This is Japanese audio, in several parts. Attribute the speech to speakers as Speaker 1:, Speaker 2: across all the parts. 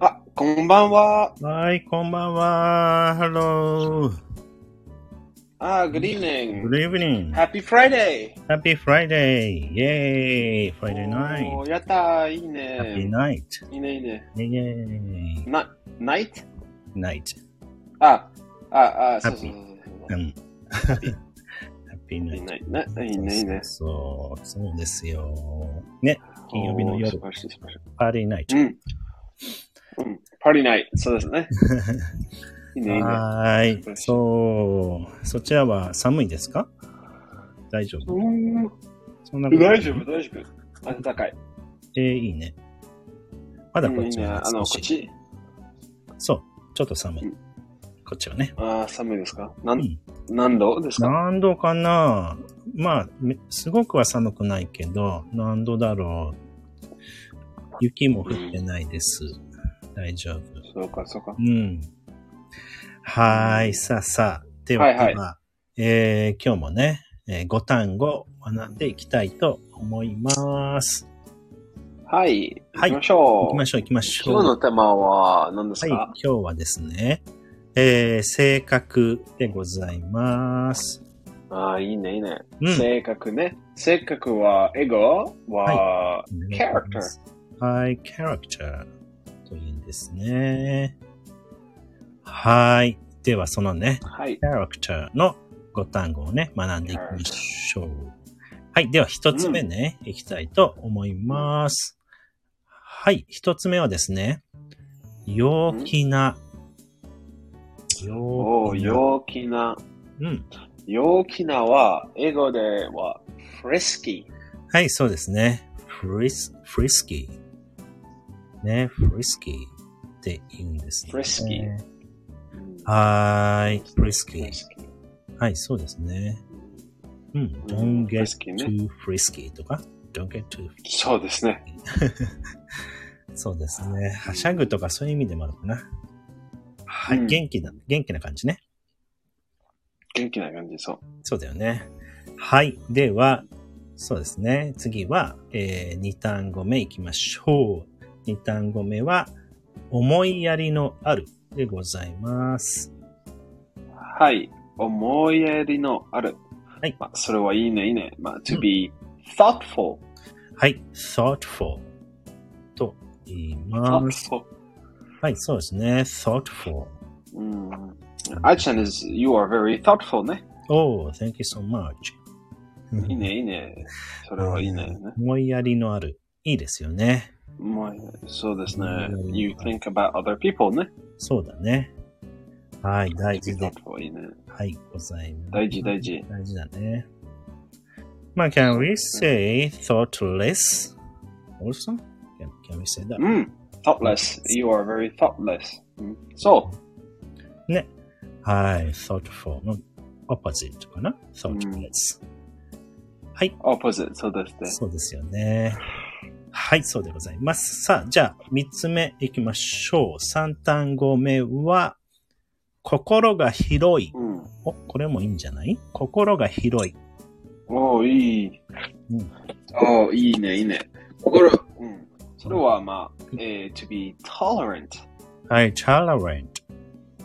Speaker 1: あ、こんばんは。
Speaker 2: はい、こんばんは。Hello.
Speaker 1: あ、good evening.
Speaker 2: Good evening.
Speaker 1: Happy Friday.
Speaker 2: Happy Friday. Yay. Friday
Speaker 1: お
Speaker 2: night.
Speaker 1: ーやったー、いい
Speaker 2: Happy
Speaker 1: ね。
Speaker 2: night.
Speaker 1: いいね、いいね。
Speaker 2: Yay.
Speaker 1: な、ナイト
Speaker 2: Night.
Speaker 1: あ、あ、あ、そうそうそうそう。
Speaker 2: うん。Happy
Speaker 1: いい
Speaker 2: night.
Speaker 1: ね、いいね、いいね、いいね。
Speaker 2: そう、そうですよ。ね、金曜日の
Speaker 1: おー
Speaker 2: 夜
Speaker 1: 素晴らしい、素晴らし
Speaker 2: パーティーナイ
Speaker 1: い。
Speaker 2: ト。
Speaker 1: うん。うん。パーティーナイト。そうです ね。いいね、いいね。
Speaker 2: はーい。そう、そちらは寒いですか大丈夫。
Speaker 1: うーん
Speaker 2: そんなことない
Speaker 1: 大丈夫、大丈夫。暖かい。
Speaker 2: えーいいね。まだ
Speaker 1: うん
Speaker 2: こっ
Speaker 1: いい
Speaker 2: ち
Speaker 1: ね。あの、
Speaker 2: は少
Speaker 1: こっ
Speaker 2: し。
Speaker 1: ち、
Speaker 2: そう、ちょっと寒い。
Speaker 1: う
Speaker 2: こっちはね。
Speaker 1: あー寒いですかな
Speaker 2: うん
Speaker 1: ん、何度ですか
Speaker 2: 何度かなまあ、めすごくは寒くないけど、何度だろう。雪も降ってないです。大丈夫。
Speaker 1: そうか、そうか。
Speaker 2: うん。はーい、さあさあ。では、
Speaker 1: はいはい
Speaker 2: ではえー今日もね、えー、5単語を学んでいきたいと思います。
Speaker 1: はい。
Speaker 2: はい
Speaker 1: 行きましょう。
Speaker 2: 行きましょう、行きましょう。
Speaker 1: 今日のテーマは何です
Speaker 2: はい、
Speaker 1: か、
Speaker 2: 今日はですね、えー、性格でございます。
Speaker 1: ああ、いいね、いいね。
Speaker 2: うん
Speaker 1: 性格ね。性格は、エゴは、character
Speaker 2: はい、キャラクターというんですね。はい。では、そのね、
Speaker 1: はい
Speaker 2: キ。ャラクターの5単語をね、学んでいきましょう。はい。では、一つ目ね、いきたいと思います。はい。一つ目はですね、陽気な。
Speaker 1: お
Speaker 2: 陽
Speaker 1: お
Speaker 2: 気
Speaker 1: ー、陽
Speaker 2: な。
Speaker 1: 気な。
Speaker 2: うん。
Speaker 1: 陽気なは、英語では、フリスキー。
Speaker 2: はい、そうですね。フリス、フリスキー。ね、フリスキーって言うんですね。
Speaker 1: フリスキー
Speaker 2: はーい、フリスキ
Speaker 1: フリ
Speaker 2: ー。
Speaker 1: スキー。
Speaker 2: はい、そうですね。うん、
Speaker 1: うん
Speaker 2: don't
Speaker 1: フリ
Speaker 2: get
Speaker 1: スキーね。
Speaker 2: too frisky とか、don't get too
Speaker 1: そうですね。
Speaker 2: そうですね。はしゃぐとかそういう意味でもあるかな。はい、
Speaker 1: うん
Speaker 2: 元気な、元気な感じね。
Speaker 1: 元気な感じ、そう。
Speaker 2: そうだよね。はい、では、そうですね。次は、えー、2単語目いきましょう。2単語目は、思いやりのあるでございます。
Speaker 1: はい。思いやりのある。
Speaker 2: はい
Speaker 1: まあ、それはいいね、いいね。まあ、to be thoughtful。
Speaker 2: はい、thoughtful と言います。
Speaker 1: thoughtful.
Speaker 2: はい、そうですね。thoughtful。
Speaker 1: うん。あちゃん is, you are very thoughtful ね。
Speaker 2: Oh, thank you so much.
Speaker 1: いいね、いいね。それはいいね。
Speaker 2: 思いやりのある。いいですよね。
Speaker 1: まあ、そうですね
Speaker 2: う。ん
Speaker 1: You think about other people ね。
Speaker 2: そうだね。はい、大事
Speaker 1: To
Speaker 2: で
Speaker 1: be。thoughtful いいね。
Speaker 2: はい、ございます。
Speaker 1: 大事、大事。
Speaker 2: 大事だね。まあ、can we say thoughtless also? Can, can we say that?
Speaker 1: うん。thoughtless. You are very thoughtless. うんそう。
Speaker 2: ね。はい、thoughtful の opposite かな ?thoughtless。はい、
Speaker 1: opposite. そうです
Speaker 2: そうですよね。はい、そうでございます。さあ、じゃあ、三つ目いきましょう。三単語目は、心が広い
Speaker 1: ね。。うん。
Speaker 2: お、これもいいんじゃない心が広い。
Speaker 1: おーいい。
Speaker 2: うん
Speaker 1: おーいいね、いいね。心。うん。それは、まあ、えー、to be tolerant.
Speaker 2: はい、tolerant。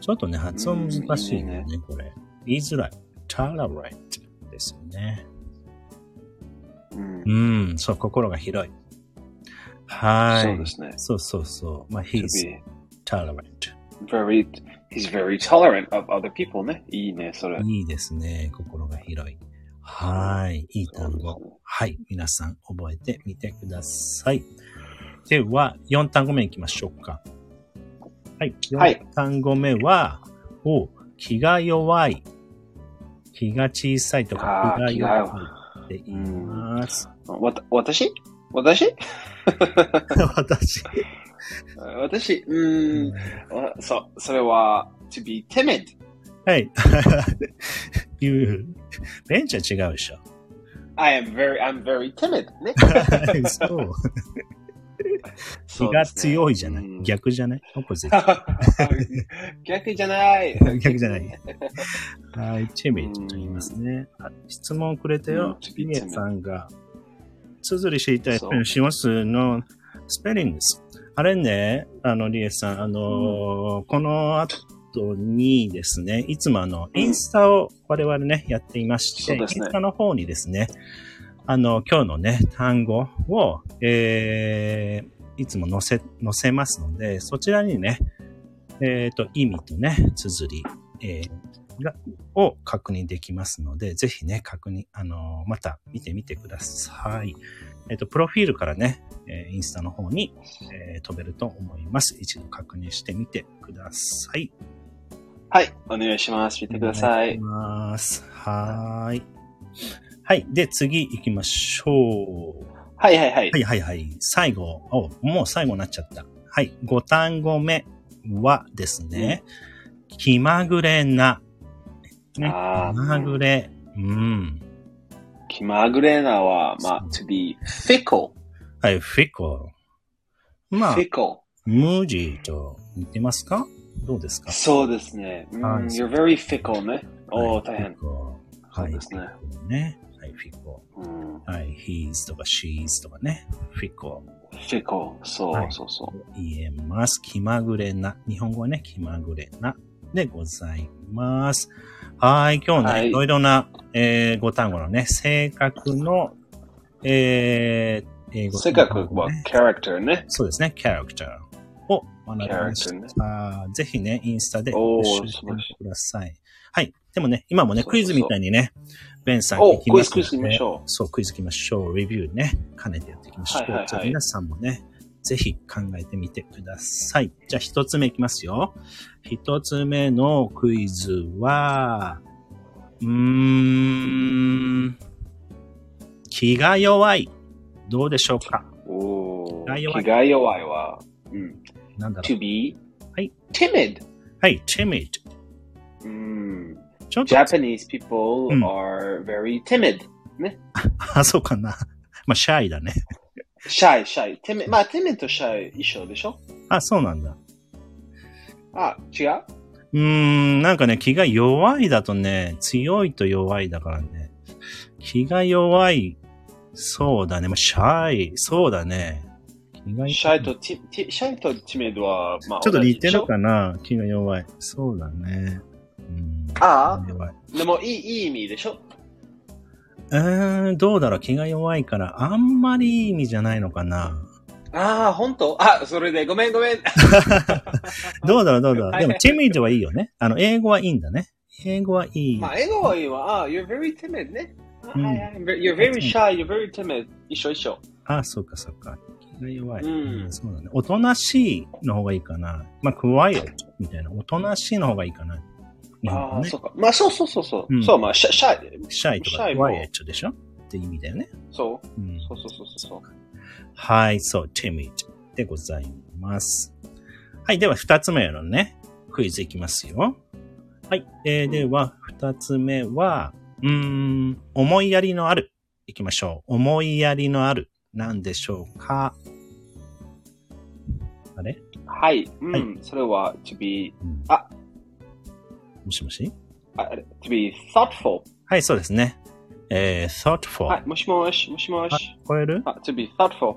Speaker 2: ちょっとね、発音難しいよね、これ。言いづらい。tolerant ですよね。
Speaker 1: うん
Speaker 2: う。ん、そう、心が広い。はい。
Speaker 1: そうですね。
Speaker 2: そうそうそう。まあ、
Speaker 1: to
Speaker 2: he's
Speaker 1: be
Speaker 2: tolerant。
Speaker 1: very, he's very tolerant of other people ね。いいね、それ。
Speaker 2: いいですね。心が広い。はい。いい単語。はい。皆さん覚えてみてください。では、4単語目いきましょうか。はい。
Speaker 1: はい
Speaker 2: 4単語目は、お気が弱い。気が小さいとか
Speaker 1: あ、
Speaker 2: 気
Speaker 1: ー
Speaker 2: が弱いって
Speaker 1: う
Speaker 2: 言い
Speaker 1: ん。
Speaker 2: ます。
Speaker 1: わた、私私
Speaker 2: 私。
Speaker 1: 私、うーん。わそ、それは、to be timid.
Speaker 2: はい。 言う。ベンチは違うでし ょ。
Speaker 1: I am very, I'm very timid. ね。
Speaker 2: そう。
Speaker 1: 気
Speaker 2: 気が強いじゃない。
Speaker 1: 逆。
Speaker 2: 逆じゃないオポジッ
Speaker 1: 逆じゃない。
Speaker 2: ト。 逆じゃない。はい、チミと言いますね。あ質問をくれたよ
Speaker 1: うん。
Speaker 2: ピネさんが。つづり知りたいしますのスペリングです。あれね、あの、リエさん、あのーこの後にですね、いつもあの、
Speaker 1: うん
Speaker 2: インスタを我々ね、やっていまして、
Speaker 1: そうです
Speaker 2: イ
Speaker 1: ね
Speaker 2: ンスタの方にですね、あの、今日のね、単語を、えー、いつも載せ、載せますので、そちらにね、えっ、と、意味とね、綴り、えーが、を確認できますので、ぜひね、確認、あのーまた見てみてください。えっ、と、プロフィールからね、えーインスタの方に、えー飛べると思います。一度確認してみてください。
Speaker 1: はい、お願いします。見てくださ
Speaker 2: お願し
Speaker 1: い。
Speaker 2: ます。はーい。はい。で、次行きましょう。
Speaker 1: はいはいはい
Speaker 2: は。いはいはい。最後。お、もう最後になっちゃった。はい。5単語目はですね、気まぐれな。ね、
Speaker 1: あー
Speaker 2: 気まぐれ。うん。
Speaker 1: 気まぐれなは、まあ、
Speaker 2: そ
Speaker 1: to be fickle.
Speaker 2: はい、フィコ。まあ、
Speaker 1: fickle.
Speaker 2: ムージーと似てますかどうですか
Speaker 1: そうですね。うん
Speaker 2: はい
Speaker 1: You're very fickle ね。お
Speaker 2: は
Speaker 1: ー、大変。
Speaker 2: い、フィコ。はい、
Speaker 1: そうですね
Speaker 2: フィコね。はい、フィコ。
Speaker 1: うん
Speaker 2: はい、he's とか she's とかね。フィコ。
Speaker 1: fickle. そ
Speaker 2: はいう
Speaker 1: そうそう。
Speaker 2: 言えます。気まぐれな。日本語はね、気まぐれな。でございます。はい、今日ね、、
Speaker 1: はいい
Speaker 2: ろいろな、えー、語単語のね、性格の、えー、英語
Speaker 1: 性格は
Speaker 2: ね
Speaker 1: character ね。
Speaker 2: そうですね、キャラクターを学びまし
Speaker 1: character ね。
Speaker 2: た。ぜひね、インスタで
Speaker 1: おー
Speaker 2: 復習してみてください。はい。でもね、今もね、
Speaker 1: そうそうそう
Speaker 2: クイズみたいにね、ベンさん
Speaker 1: お
Speaker 2: 行きます
Speaker 1: クイズクイズ行きましょう
Speaker 2: そう、クイズ行きましょう。レビューね、兼ねてやっていきましょう。
Speaker 1: はいはいはい
Speaker 2: じゃあ皆さんもね、ぜひ考えてみてください。じゃあ一つ目いきますよ。一つ目のクイズは、うーん、気が弱い。どうでしょうか
Speaker 1: お
Speaker 2: 気が
Speaker 1: ー
Speaker 2: 弱い
Speaker 1: 気が弱いは、うん
Speaker 2: なんだろう
Speaker 1: to be
Speaker 2: はい
Speaker 1: timid.
Speaker 2: はい、timid。
Speaker 1: うん
Speaker 2: ちょっと、
Speaker 1: Japanese people
Speaker 2: うん
Speaker 1: are very timid.
Speaker 2: あ、そうかな。まあ、シャイだね。
Speaker 1: shy, shy. timid. まあ、timid と shy 一緒でしょ
Speaker 2: あ、そうなんだ。
Speaker 1: あ、違う
Speaker 2: うーん、なんかね、気が弱いだとね、強いと弱いだからね。気が弱い、そうだね。まあ、シャイ、そうだね。気が
Speaker 1: shy と ti- ti- shy と timid は、まあ、
Speaker 2: ちょっと似て
Speaker 1: 同じで
Speaker 2: る
Speaker 1: し
Speaker 2: かな気が弱い。そうだね。うん、
Speaker 1: ああ
Speaker 2: 気が弱い
Speaker 1: ょでも、いい、いい意味でしょ
Speaker 2: うーん、どうだろう気が弱いから、あんまりいい意味じゃないのかな
Speaker 1: ああ、本当あ、それで、ごめんごめん。
Speaker 2: どうだろうどうだろう
Speaker 1: はい
Speaker 2: でも、チェミードはいいよね。あの、英語はいいんだね。英語はいい。
Speaker 1: まあ、笑顔はいいわ。あー you're very timid ね。
Speaker 2: うん
Speaker 1: はいはい You're very shy, you're very timid. 一緒一緒。
Speaker 2: あそうかそうか。気が弱い。
Speaker 1: うん
Speaker 2: そうだね。おとなしいの方がいいかな。まあ、クワイエットみたいな。おとなしいの方がいいかな。日本
Speaker 1: あ
Speaker 2: 語
Speaker 1: あ、
Speaker 2: ね
Speaker 1: そ。うか。まあ、そうそうそうそう。
Speaker 2: うん
Speaker 1: そう、まあ、シャシャイ。
Speaker 2: シャイとか
Speaker 1: シャイ
Speaker 2: ク
Speaker 1: も
Speaker 2: ワイエットでしょって意味だよね。
Speaker 1: そう、
Speaker 2: うん、
Speaker 1: そうそうそうそう。
Speaker 2: はい、そう、timid でございます。はい、では二つ目のね、クイズいきますよ。はい、えー、では二つ目は、うーん、思いやりのある。いきましょう。思いやりのある。なんでしょうかあれ
Speaker 1: はい。うん。
Speaker 2: はい
Speaker 1: それは、to be,
Speaker 2: うん
Speaker 1: あ
Speaker 2: もしもし
Speaker 1: ああれ to be thoughtful.
Speaker 2: はい、そうですね。えー、thoughtful。
Speaker 1: はい。もしもし、もしも
Speaker 2: あ
Speaker 1: し。
Speaker 2: 聞こえる
Speaker 1: あ、to be thoughtful.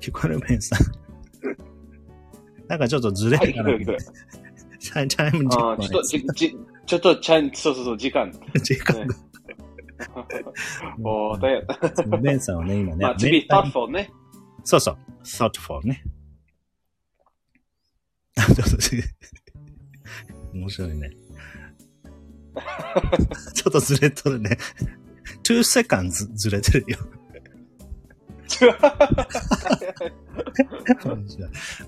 Speaker 2: 聞こえるベンさん。 なんかちょっとずれ
Speaker 1: は
Speaker 2: て
Speaker 1: い、
Speaker 2: か
Speaker 1: 聞
Speaker 2: ら、
Speaker 1: こえる聞こえる。
Speaker 2: タイ タイム
Speaker 1: あーちょっと、じ、じ、ちょっと、ちゃん、そうそうそう、時間。
Speaker 2: 時間が。
Speaker 1: おー、大変。
Speaker 2: そのベンさんはね、今ね、
Speaker 1: まあ、to be
Speaker 2: 明太
Speaker 1: thoughtful ね。
Speaker 2: そうそう、thoughtful ね。 あどうぞ面白 いね。ちょっとずれとるね。2 seconds ずれて るよ。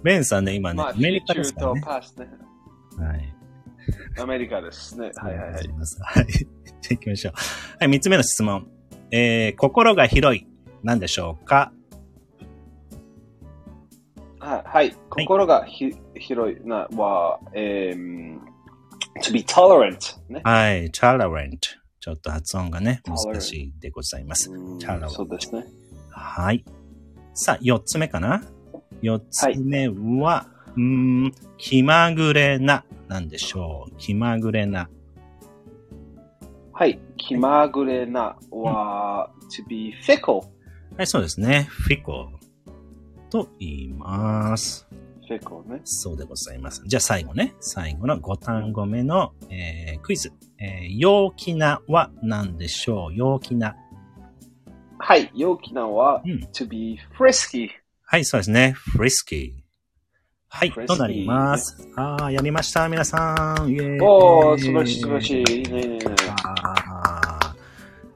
Speaker 2: ベンさんね、今ね、
Speaker 1: まあ、
Speaker 2: アメリカ
Speaker 1: future
Speaker 2: ですから
Speaker 1: と
Speaker 2: ね。
Speaker 1: past ね。
Speaker 2: はい。
Speaker 1: アメリカですね。はいはいは
Speaker 2: ありがと
Speaker 1: い。
Speaker 2: うござい ます。はい。じゃあ行きましょう。はい、三つ目の質問。えー、心が広い、なんでしょうか
Speaker 1: はい。はい、心がひ、広いなは、えー、to be tolerant ね。
Speaker 2: はい、tolerant。ちょっと発音がね、難しいでございます。
Speaker 1: うん
Speaker 2: tolerant
Speaker 1: そうですね。
Speaker 2: はい。さあ、四つ目かな四つ目は、うーん、気まぐれな、なんでしょう。気まぐれな。
Speaker 1: はい。気まぐれなは、to be fickle。
Speaker 2: はい、そうですね。fickle と言います。
Speaker 1: fickle ね。
Speaker 2: そうでございます。じゃあ最後ね。最後の5単語目の、えークイズ。えー陽気なは何でしょう陽気な。
Speaker 1: はい。陽気なは、
Speaker 2: うん
Speaker 1: to be frisky。
Speaker 2: はい、そうですね。frisky。はい、
Speaker 1: frisky
Speaker 2: となります。ああ、やりました、皆さん。イェーイ。
Speaker 1: おー、素晴らしい素晴らしい。いいねいいねいいね。
Speaker 2: あー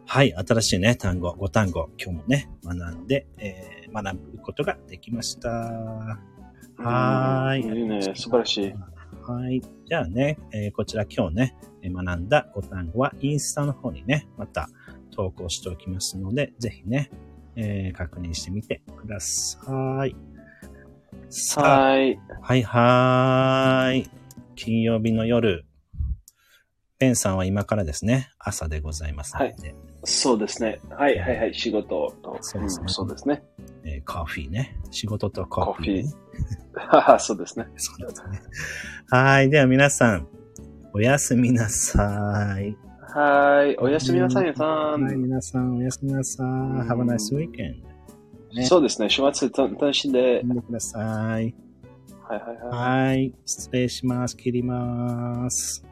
Speaker 2: はい、新しいね、単語、5単語、今日もね、学んで、えー学ぶことができました。はーい。
Speaker 1: いいね、素晴らしい。
Speaker 2: はい。じゃあね、えーこちら今日ね、えー学んだ5単語はインスタの方にね、また投稿しておきますので、ぜひね、えー確認してみてください。さあ、
Speaker 1: はい。
Speaker 2: はいはーい。金曜日の夜、ペンさんは今からですね、朝でございますので、
Speaker 1: そうですね。はいはいはい、仕事と。
Speaker 2: そうですね
Speaker 1: んそうですね。
Speaker 2: えーコーヒーね。仕事とコーヒーね、
Speaker 1: ははそうですね。
Speaker 2: そうですね。はい。では皆さん、おやすみなさい。
Speaker 1: はい。おやすみなさい、皆さ
Speaker 2: はい、
Speaker 1: ん。
Speaker 2: 皆さん、おやすみなさい。
Speaker 1: ん
Speaker 2: Have a nice weekend. ね
Speaker 1: そうですね。週末た楽しんで。
Speaker 2: 飲んでください。
Speaker 1: はいはいはい。
Speaker 2: はい。失礼します。切ります。